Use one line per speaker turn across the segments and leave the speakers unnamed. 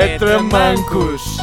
Tetramancos!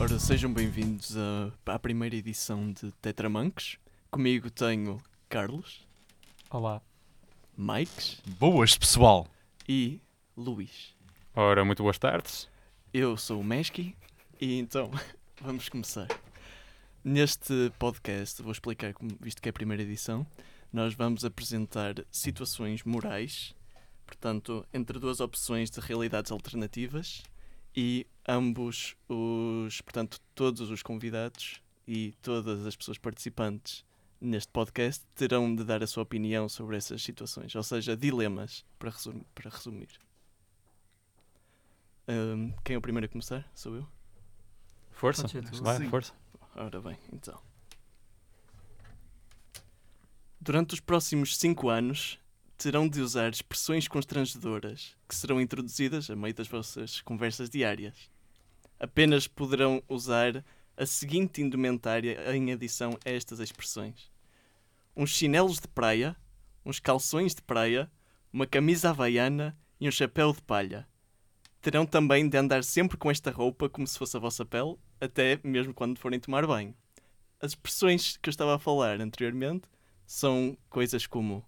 Ora, sejam bem-vindos a- à primeira edição de Tetramancos. Comigo tenho Carlos,
Olá.
Mikes
Boas, pessoal.
e Luís.
Ora, muito boas tardes.
Eu sou o Meski e então vamos começar. Neste podcast, vou explicar, como- visto que é a primeira edição, nós vamos apresentar situações morais, portanto, entre duas opções de realidades alternativas e ambos os, portanto, todos os convidados e todas as pessoas participantes neste podcast terão de dar a sua opinião sobre essas situações, ou seja, dilemas, para, resum- para resumir. Ahm, quem é o primeiro a começar? Sou eu?
Força.
Pode ser tu.
Vai,
Sim.
força.
Ora bem, então. Durante os próximos 5 anos, terão de usar expressões constrangedoras que serão introduzidas a meio das vossas conversas diárias. Apenas poderão usar a seguinte indumentária em adição a estas expressões: uns chinelos de praia, uns calções de praia, uma camisa havaiana e um chapéu de palha. Terão também de andar sempre com esta roupa como se fosse a vossa pele, até mesmo quando forem tomar banho. As expressões que eu estava a falar anteriormente são coisas como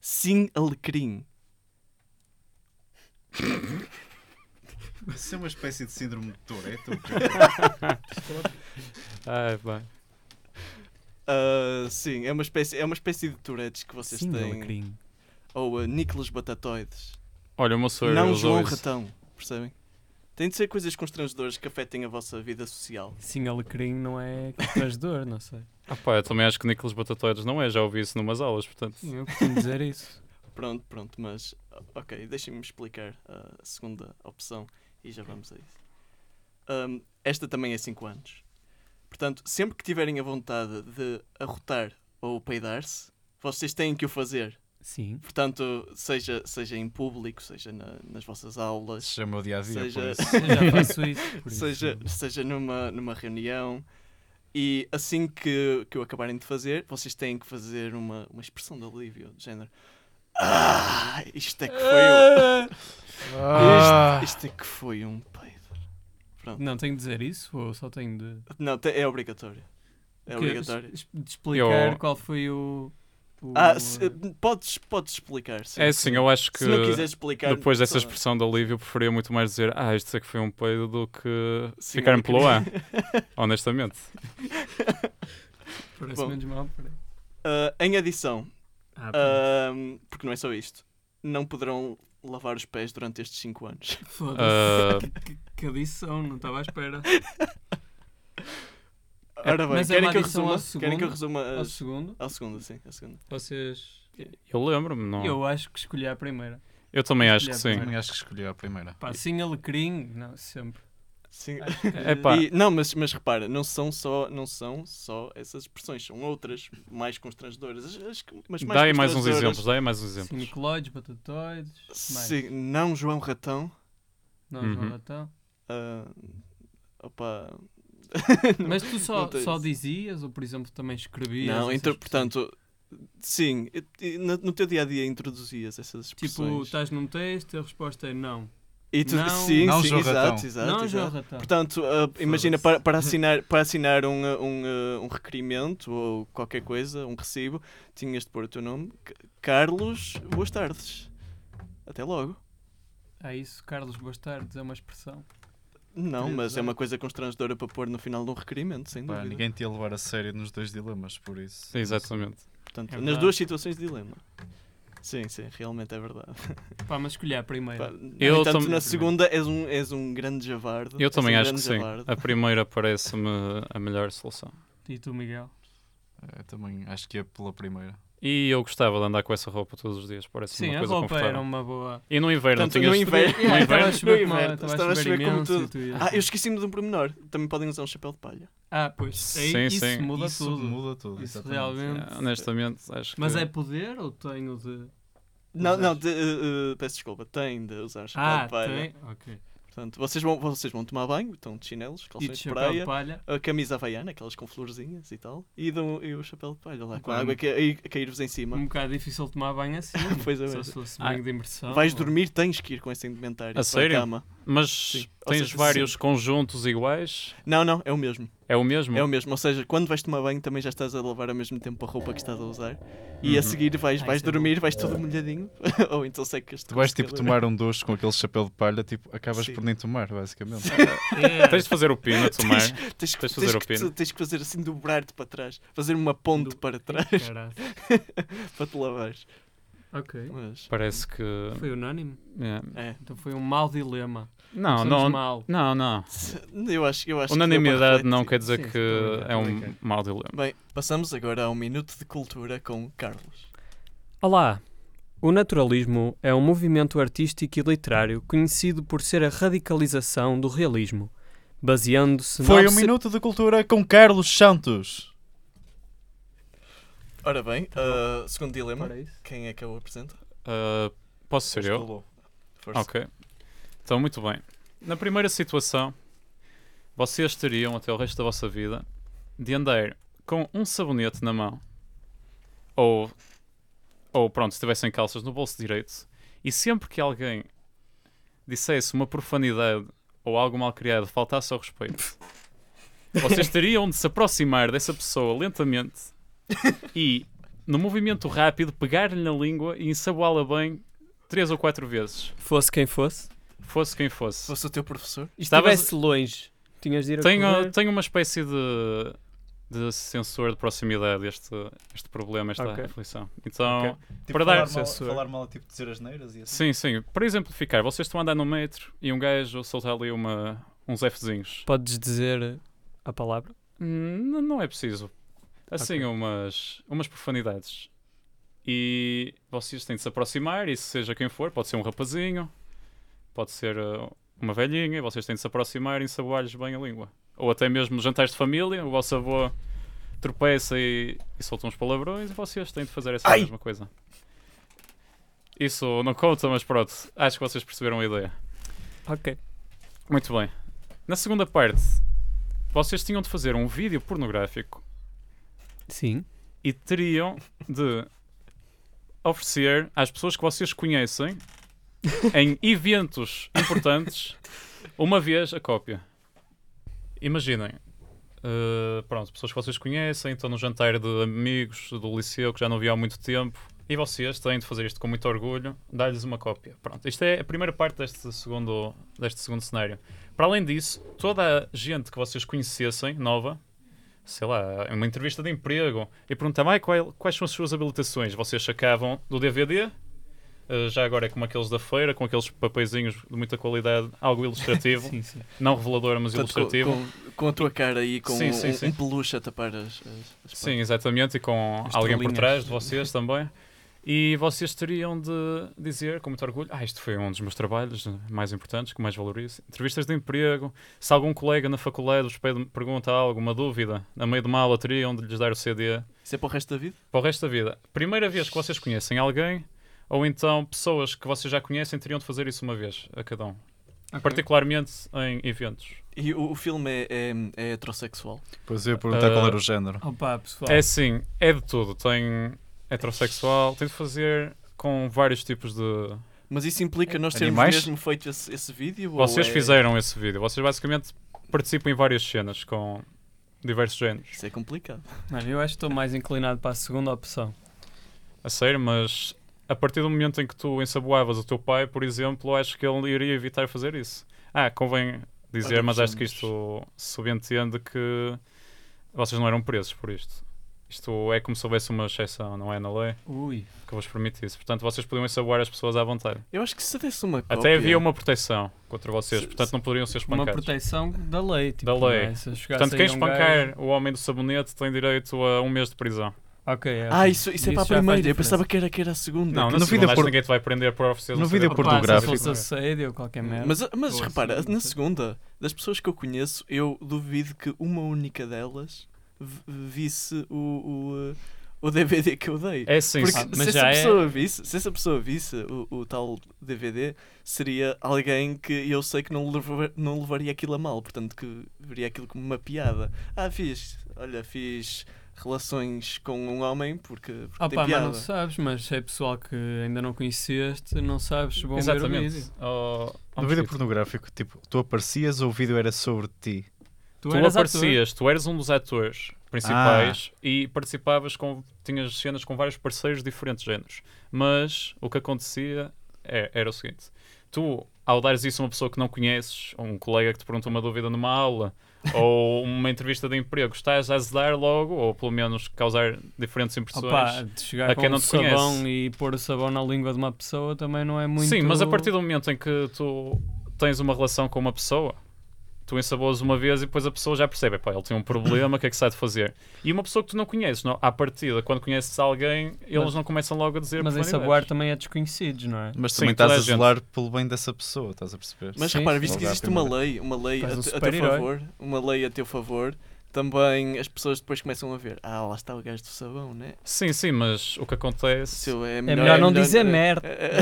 sim, alecrim.
Isso é uma espécie de síndrome de Tourette.
Ai, vai.
Ah, sim, é uma espécie, é uma espécie de Tourettes que vocês
Sim,
têm.
alecrim.
Ou ah, Nicolas Batatoides.
Olha, o meu senhor
Não
usou
João
isso.
Ratão, percebem? Tem de ser coisas constrangedoras que afetem a vossa vida social.
Sim, alecrim não é constrangedor, não sei.
Ah, pá, eu também acho que Nicolas Batatoides não é, já ouvi isso numas aulas, portanto.
Sim, eu costumo dizer isso.
Pronto, pronto, mas ok, deixem-me explicar a segunda opção e já vamos a isso. Ahm, esta também é 5 anos. Portanto, sempre que tiverem a vontade de arrotar ou peidar-se, vocês têm que o fazer.
Sim.
Portanto, seja, seja em público, seja na- nas vossas aulas,
Chama o dia a dia.
seja,
Eu já faço isso. Por
seja,
Isso.
seja numa, numa reunião. E assim que, que o acabarem de fazer, vocês têm que fazer uma, uma expressão de alívio, do género. Ah, isto é que foi um,
Ah!
Ah.
isto, isto é que foi um peido. Pronto.
Não tenho de dizer isso ou só tenho de.
Não, te- é obrigatório. É
que-
obrigatório.
es- De explicar
Eu-
qual foi o. o-
Ah, se- podes, podes explicar. Sim.
É sim, eu acho que
se não quiseres explicar.
depois dessa
só-
expressão de alívio, eu preferia muito mais dizer ah, isto é que foi um peido do que
Sim,
ficar-me
eu
pelo
queria-
ar, honestamente.
Parece
bom.
menos mal. peraí.
Ah, em adição,
Ah, pronto.
Ahm, porque não é só isto. Não poderão lavar os pés durante estes 5 anos.
ah.
Foda-se. Que- que- Que adição, não estava à espera.
Ah. Ora bem,
mas é
querem,
uma
que eu
adição
resuma,
ao
querem que eu
segundo?
resuma
Ao
as...
segundo,
ao segundo, sim, ao segundo.
vocês.
Eu lembro-me, não. Eu,
Eu acho que escolhi a primeira.
também acho que sim.
Também acho que escolheu a primeira.
Pá, sim, alecrim. Não, sempre. Eh,
Sim.
Acho que-
Epá.
E- não, mas, mas repara, não são, só, não são só essas expressões, são outras mais constrangedoras. As- as que- mas mais
Dá-me mais uns
constrangedoras-
exemplos, dá-me mais uns
Sim,
exemplos.
Nicolóides, batatoides, mais.
Sim, não João Ratão.
Não,
Uhum.
João Latão.
ah, opa.
Mas tu
não
só,
tens.
só dizias, ou por exemplo também escrevias?
não,
essas
então,
expressões?
portanto, sim, e- e no, no teu dia a dia introduzias essas
Tipo,
expressões.
estás num texto e a resposta é não.
e tu,
não-
sim,
não
sim,
João
exato,
Ratão.
exato,
não,
exato.
João Ratão.
Portanto, ah, imagina para, para assinar, para assinar um, ah, um, ah, um requerimento ou
Uhum.
qualquer coisa, um recibo, tinhas de pôr o teu nome. C- Carlos, boas tardes. Até logo.
Ah, isso, Carlos Bastardos é uma expressão.
Não,
Pois
mas
é.
é uma coisa constrangedora para pôr no final de um requerimento, sem
Pá,
dúvida.
ninguém te ia levar a sério nos dois dilemas, por isso.
Sim, exatamente.
Portanto,
É
nas
verdade.
duas situações de dilema. Sim, sim, realmente é verdade.
Pá, mas escolhi a
Pá,
primeira.
É. Eu
no entanto,
tam-
na segunda és um, és um grande javardo.
Eu
És
também
um
acho que
grande
sim.
javardo.
A primeira parece-me a melhor solução.
E tu, Miguel?
Eu também acho que é pela primeira.
E eu gostava de andar com essa roupa todos os dias, parece-me
Sim,
uma
a
coisa
roupa
confortável.
era uma boa.
E no inverno,
Portanto,
tinhas
no
de-
inverno-
no
Yeah, estava a
inverno-
chover
no
como-
inverno,
estava
estava a
a chover
chover como
imenso. e
tudo.
tu ias-
Ah, eu esqueci-me de um pormenor. Também podem usar um chapéu de palha.
Ah, pois. é-
Sim,
isso
sim.
muda
isso
tudo.
muda tudo.
Isso
exatamente.
realmente.
Yeah, É, honestamente, acho
Mas
que...
é poder ou tenho de.
Não,
Usar.
não, de- eh, eh, peço desculpa, tem de usar chapéu
Ah,
de palha.
tem. Ok.
Portanto, vocês vão, vocês vão tomar banho, estão de chinelos,
E
calções
de
de
chapéu de
praia,
palha.
a camisa havaiana, aquelas com florzinhas e tal, e, dão, e o chapéu de palha lá, com a
Banho.
água que, a, a cair-vos em cima.
Um bocado difícil tomar banho assim.
Pois é,
Só
pois
se
é.
fosse
Ah,
banho de imersão.
Vais
ou-
dormir, tens que ir com esse indumentário.
A
para
sério?
Cama.
Mas
Sim. Ou
tens
seja,
vários conjuntos iguais?
Não, não, é o mesmo.
É o mesmo?
É o mesmo, ou seja, quando vais tomar banho também já estás a lavar ao mesmo tempo a roupa que estás a usar e a
Uhum.
seguir vais,
Ah,
vais
isso é
dormir, vais todo molhadinho ou então secas
Tu vais tipo tomar um doce com aquele chapéu de palha, tipo, acabas
Sim.
por nem tomar, basicamente.
É.
Tens de fazer o pino a tomar.
Tens, que-
tens de
tens
fazer o
que,
pino.
tens que fazer assim, dobrar-te para trás, fazer uma ponte para trás
Caralho.
para te lavar.
Ok.
Mas,
Parece que.
Foi unânime.
é.
é.
Então foi um mau dilema.
Não,
Somos
não.
mal.
Não, não.
Eu acho, eu acho que deu para
Unanimidade não
refletir.
quer dizer
Sim, sim,
que
estou ligado,
é
estou
um
ligado.
mau dilema.
Bem, passamos agora a um minuto de cultura com Carlos.
Olá! O naturalismo é um movimento artístico e literário conhecido por ser a radicalização do realismo, baseando-se
Foi
na
um minuto de cultura com Carlos Santos.
Ora bem, ah, segundo dilema, quem é que eu apresento?
Ah, posso ser eu?
Força.
Ok. Então, muito bem. Na primeira situação, vocês teriam até o resto da vossa vida de andar com um sabonete na mão ou, ou pronto, se tivessem calças no bolso direito e sempre que alguém dissesse uma profanidade ou algo malcriado faltasse ao respeito, vocês teriam de se aproximar dessa pessoa lentamente e, no movimento rápido, pegar-lhe na língua e ensaboá-la bem três ou quatro vezes.
Fosse quem fosse.
Fosse quem fosse.
Fosse o teu professor?
E
Estavas-
estivesse longe. Tinhas de ir a
Tenho,
correr.
tenho uma espécie de, de sensor de proximidade este, este problema, esta
Ok.
aflição. Então,
Ok.
Tipo,
Para dar-
falar, mal,
Censura.
falar mal, tipo, dizer asneiras e
sim,
assim.
sim. Para exemplificar, vocês estão a andar no metro e um gajo solta ali uma, uns Fzinhos.
Podes dizer a palavra?
Hum, Não, não é preciso. Assim, umas, umas profanidades. E vocês têm de se aproximar, e seja quem for, pode ser um rapazinho, pode ser uh, uma velhinha, e vocês têm de se aproximar e ensaboar-lhes bem a língua. Ou até mesmo jantares de família, o vosso avô tropeça e, e solta uns palavrões, e vocês têm de fazer essa
Ai!
mesma coisa. Isso não conta, mas pronto, acho que vocês perceberam a ideia.
Ok.
Muito bem. Na segunda parte, vocês tinham de fazer um vídeo pornográfico
Sim.
e teriam de oferecer às pessoas que vocês conhecem em eventos importantes uma vez a cópia. Imaginem. eh, pronto, pessoas que vocês conhecem, estão num jantar de amigos do liceu que já não vi há muito tempo e vocês têm de fazer isto com muito orgulho, dar-lhes uma cópia. Pronto, isto é a primeira parte deste segundo, deste segundo cenário. Para além disso, toda a gente que vocês conhecessem, nova, sei lá, uma entrevista de emprego e perguntava "Ai, qual- quais são as suas habilitações. Vocês sacavam do DVD, eh, já agora é como aqueles da feira, com aqueles papeizinhos de muita qualidade, algo ilustrativo,
Sim, sim.
não revelador, mas
Portanto, com-
ilustrativo.
com, com a tua cara e com
Sim, sim,
um,
sim.
um peluche a tapar as, as, as
Sim, exatamente, e com
As
alguém por
estrelinhas.
trás de vocês também. E vocês teriam de dizer com muito orgulho: Ah, isto foi um dos meus trabalhos mais importantes, que mais valorizo. Entrevistas de emprego. Se algum colega na faculdade vos pede, pergunta algo, uma dúvida, na meio de uma aula, teriam de lhes dar o CD.
Isso é para o resto da vida?
Para o resto da vida. Primeira vez que vocês conhecem alguém, ou então pessoas que vocês já conhecem, teriam de fazer isso uma vez a cada um. Particularmente em eventos.
E o, o filme é, é, é heterossexual.
Pois eu ia perguntar
Ah.
qual era o género.
Opa, pessoal.
É assim, é de tudo. Tem heterossexual, tem de fazer com vários tipos de.
Mas isso implica nós termos
Animais?
mesmo feito esse, esse vídeo? ou
Vocês
é-
fizeram esse vídeo. Vocês basicamente participam em várias cenas com diversos géneros.
Isso é complicado.
Mano, eu acho que estou mais inclinado para a segunda opção.
A sério, mas a partir do momento em que tu ensaboavas o teu pai, por exemplo, acho que ele iria evitar fazer isso. Ah, convém dizer,
Olha,
mas acho que
vejamos.
isto subentende que vocês não eram presos por isto. Isto é como se houvesse uma exceção, não é na lei,
Ui.
que vos permite isso. Portanto, vocês podiam ensaboar as pessoas à vontade.
Eu acho que se desse uma cópia...
Até havia uma proteção contra vocês,
Se-
portanto não poderiam ser
Uma
espancados.
proteção da lei. Tipo,
Da lei.
não é? Se eu chegasse
Portanto, quem
aí a um gajo-
espancar o homem do sabonete tem direito a um mês de prisão.
Ok, é.
Ah, isso, isso é para a
já faz
primeira. Eu
diferença.
pensava que era, que era a segunda.
Não,
no
na
vídeo
segunda acho que
por-
ninguém te vai prender por oferecer
no
um
vídeo
CD.
Opa,
pornográfico.
Se fosse assédio ou qualquer é merda.
Hum. Mas, mas
Ou
repara,
assim,
na
não sei.
segunda, das pessoas que eu conheço, eu duvido que uma única delas v- visse o, o, eh, o DVD que eu dei.
É sim,
Porque
sim.
mas
se, essa
já é-
pessoa visse, se essa pessoa visse o, o tal DVD, seria alguém que eu sei que não, leva- não levaria aquilo a mal, portanto que veria aquilo como uma piada. Ah, fiz, olha, fiz relações com um homem porque, porque tem
Opa, mas
piada.
não sabes, mas é pessoal que ainda não conheceste, não sabes, vão ver o
Exatamente.
vídeo.
Oh, oh,
No vídeo
Mosquito.
pornográfico, tipo, tu aparecias ou o vídeo era sobre ti?
Tu
eras ator. Ah.
aparecias, tu eras um dos atores principais e participavas com. tinhas cenas com vários parceiros de diferentes géneros. Mas o que acontecia é- era o seguinte: tu, ao dares isso a uma pessoa que não conheces, ou um colega que te perguntou uma dúvida numa aula, ou uma entrevista de emprego, estás a azedar logo, ou pelo menos causar diferentes impressões.
Opa, de chegar
a
com
quem não
um
te conhece.
sabão e pôr o sabão na língua de uma pessoa também não é muito...
Sim, mas a partir do momento em que tu tens uma relação com uma pessoa, tu ensaboas uma vez e depois a pessoa já percebe, pá, ele tem um problema, o que é que sai de fazer? E uma pessoa que tu não conheces, não, à partida, quando conheces alguém, eles
Mas-
não começam logo a dizer
Mas em
profanidades.
saboar também é desconhecidos, não é?
Mas
Sim,
também
toda
estás a
a gente.
zelar pelo bem dessa pessoa, estás a perceber?
Mas
Sim,
repara,
sim.
visto que
Logo à
existe uma
primeira.
lei, uma lei a,
Faz um
te- a teu
super-herói.
favor, uma lei a teu favor, também as pessoas depois começam a ver, ah, lá está o gajo do sabão, né?
Sim, sim, mas o que acontece.
Seu, é,
melhor não dizer merda.
É,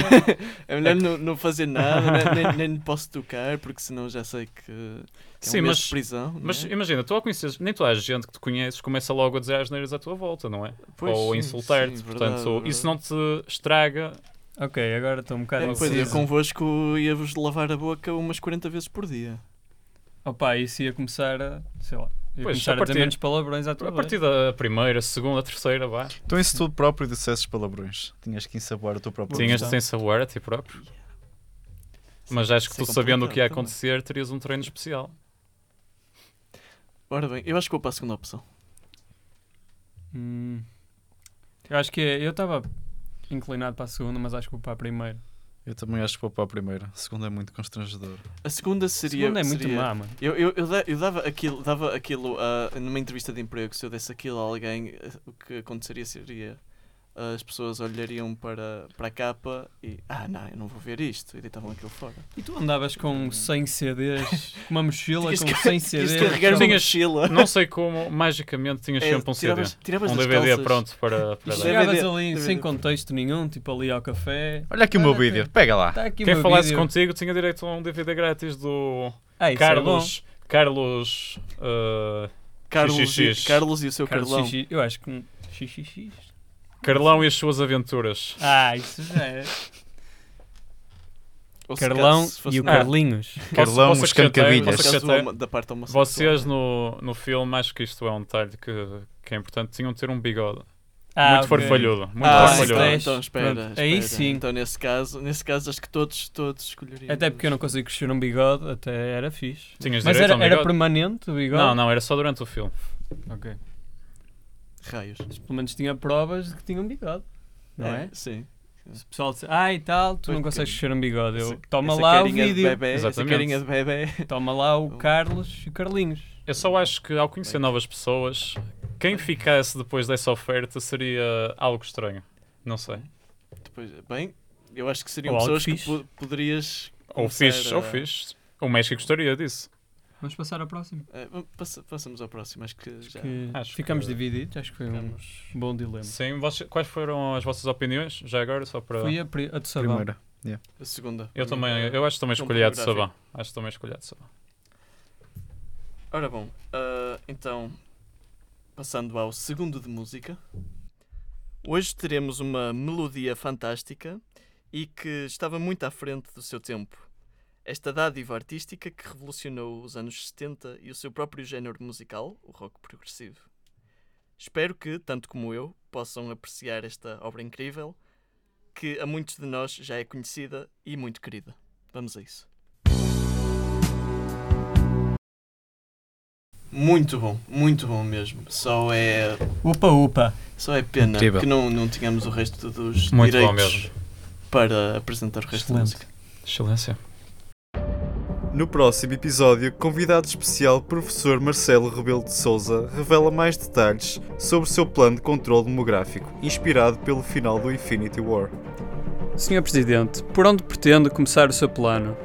é melhor não, não fazer nada, né? nem, nem, nem posso tocar, porque senão já sei que, que é
Sim,
um mês
mas-
de prisão.
Mas
né?
imagina, tu a conheces, nem toda a gente que tu conheces começa logo a dizer as neiras à tua volta, não é?
Pois,
Ou a
sim,
insultar-te.
sim,
Portanto,
verdade,
isso não te estraga.
Ok, agora estou um bocado
É, pois, eu
indeciso.
convosco ia-vos lavar a boca umas 40 vezes por dia.
Opa, isso ia começar a, sei lá, ia
Pois,
começar
a
a,
partir-
dizer menos palavrões à tua
A partir da primeira, segunda, terceira, vá.
Então, e se tu próprio dissesses palavrões? Tinhas que ensaboar o teu próprio
Tinhas de
gosto.
sem sabor a ti próprio. Mas acho que
Isso é
tu sabendo o que ia
complicado
acontecer, terias um treino especial.
também. Ora bem, eu acho que vou para a segunda opção.
Hum. eu acho que é- eu estava inclinado para a segunda, mas acho que vou para a primeira.
Eu também acho que vou para a primeira. A segunda é muito constrangedor.
A segunda
A
seria.
segunda é muito
seria-
má, mano.
Eu, eu, eu, da- eu dava aquilo, dava aquilo a- numa entrevista de emprego, se eu desse aquilo a alguém, eh, o que aconteceria seria ah, as pessoas olhariam para, para a capa e ah não, eu não vou ver isto, e deitavam aquilo fora.
E tu andavas com 100 CDs, com uma mochila
Tinhas
com
que-
100
Tinhas
CDs.
de carregar uma
então,
Tinhas-
mochila.
Não sei como, magicamente tinhas
É,
sempre um CD.
tiravas- tiravas
Um
das
DVD
calças.
pronto para, para
E
Isto
dar.
é-
chegavas
DVD,
ali
DVD.
sem contexto nenhum, tipo ali ao café.
Olha aqui o meu
Olha, tem-
vídeo. Pega lá.
Está aqui o
Quem
meu
falasse
vídeo.
contigo tinha direito a um DVD grátis do
Ah, isso é
Carlos. Carlos. ah,
Carlos,
XXX.
E, Carlos e o seu
bom. Carlos
Carlão.
xixi. Eu acho que um xixi.
Carlão e as suas aventuras.
Ah, isso já é.
Ou se
Carlão
caso, se fosse Ah,
e o
na-
Carlinhos.
Carlão, os
acrescentar-
Por
Cancadilhas.
posso
Mas
acaso,
acrescentar?
homo- da parte homossexual.
Vocês no, no filme, acho que isto é um detalhe que, que é importante, tinham de ter um bigode.
Ah,
muito
ok.
farfalhudo. Muito
Ah,
farfalhudo.
então,
Flash.
então espera,
Pronto, aí
espera.
sim.
Então nesse caso, nesse caso acho que todos, todos escolheriam.
Até porque eu não consigo crescer um bigode, até era fixe.
Tinhas
Mas
direito
era,
a um
era
bigode?
permanente o bigode?
Não, não, era só durante o filme.
Raios.
Mas pelo menos tinha provas de que tinha um bigode. Não é?
Sim.
Se o pessoal disse, ah e tal, tu
Pois,
não consegues
porque-
crescer um bigode. Eu,
Essa-
toma
essa
lá o
carinha de
vídeo.
bebé, essa
Exatamente.
carinha de bebé.
Toma lá o Carlos e o Carlinhos.
Eu só acho que ao conhecer novas pessoas, quem ficasse depois dessa oferta seria algo estranho. Não sei.
Depois, bem, eu acho que seriam
Ou algo
pessoas que
fixe.
po- poderias.
Ou
começar
fixe,
a-
ou fixe. O México gostaria disso.
Vamos passar à próxima.
Eh, vamos- passa- passamos ao próximo, acho que já.
Que
Acho
ficamos
que-
divididos, acho que foi um
ficamos.
bom dilema.
Sim, voce- quais foram as vossas opiniões? Já agora, só para.
Foi a, pri- a de sabão.
Primeira.
A segunda.
Eu também, eu acho que também
Não
escolhi a de
pornográfico.
sabão. Acho que também escolhi a de sabão.
Ora bom, ah, então, passando ao segundo de música. Hoje teremos uma melodia fantástica e que estava muito à frente do seu tempo. Esta dádiva artística que revolucionou os anos 70 e o seu próprio género musical, o rock progressivo. Espero que, tanto como eu, possam apreciar esta obra incrível que a muitos de nós já é conhecida e muito querida. Vamos a isso. Muito bom, muito bom mesmo. Só é
Upa upa.
só é pena
Incrível.
que não, não tínhamos o resto
Muito
dos
bom
direitos
mesmo.
para apresentar o resto da
Excelente.
música.
Excelência.
No próximo episódio, convidado especial professor Marcelo Rebelo de Souza revela mais detalhes sobre o seu plano de controle demográfico, inspirado pelo final do Infinity War.
Senhor Presidente, por onde pretende começar o seu plano?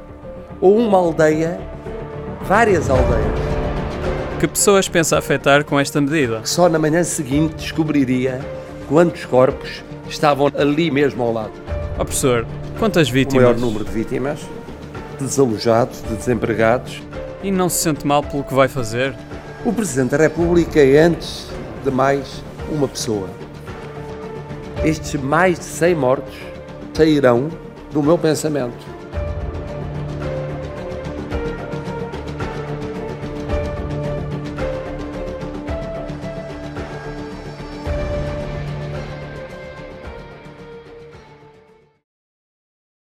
ou uma aldeia, várias aldeias,
Que pessoas pensa afetar com esta medida?
que só na manhã seguinte descobriria que quantos corpos estavam ali mesmo ao lado.
Ó professor, quantas
O
vítimas?
maior número de vítimas, de desalojados, de desempregados.
E não se sente mal pelo que vai fazer?
O Presidente da República é, antes de mais, uma pessoa. Estes mais de 100 mortos sairão do meu pensamento.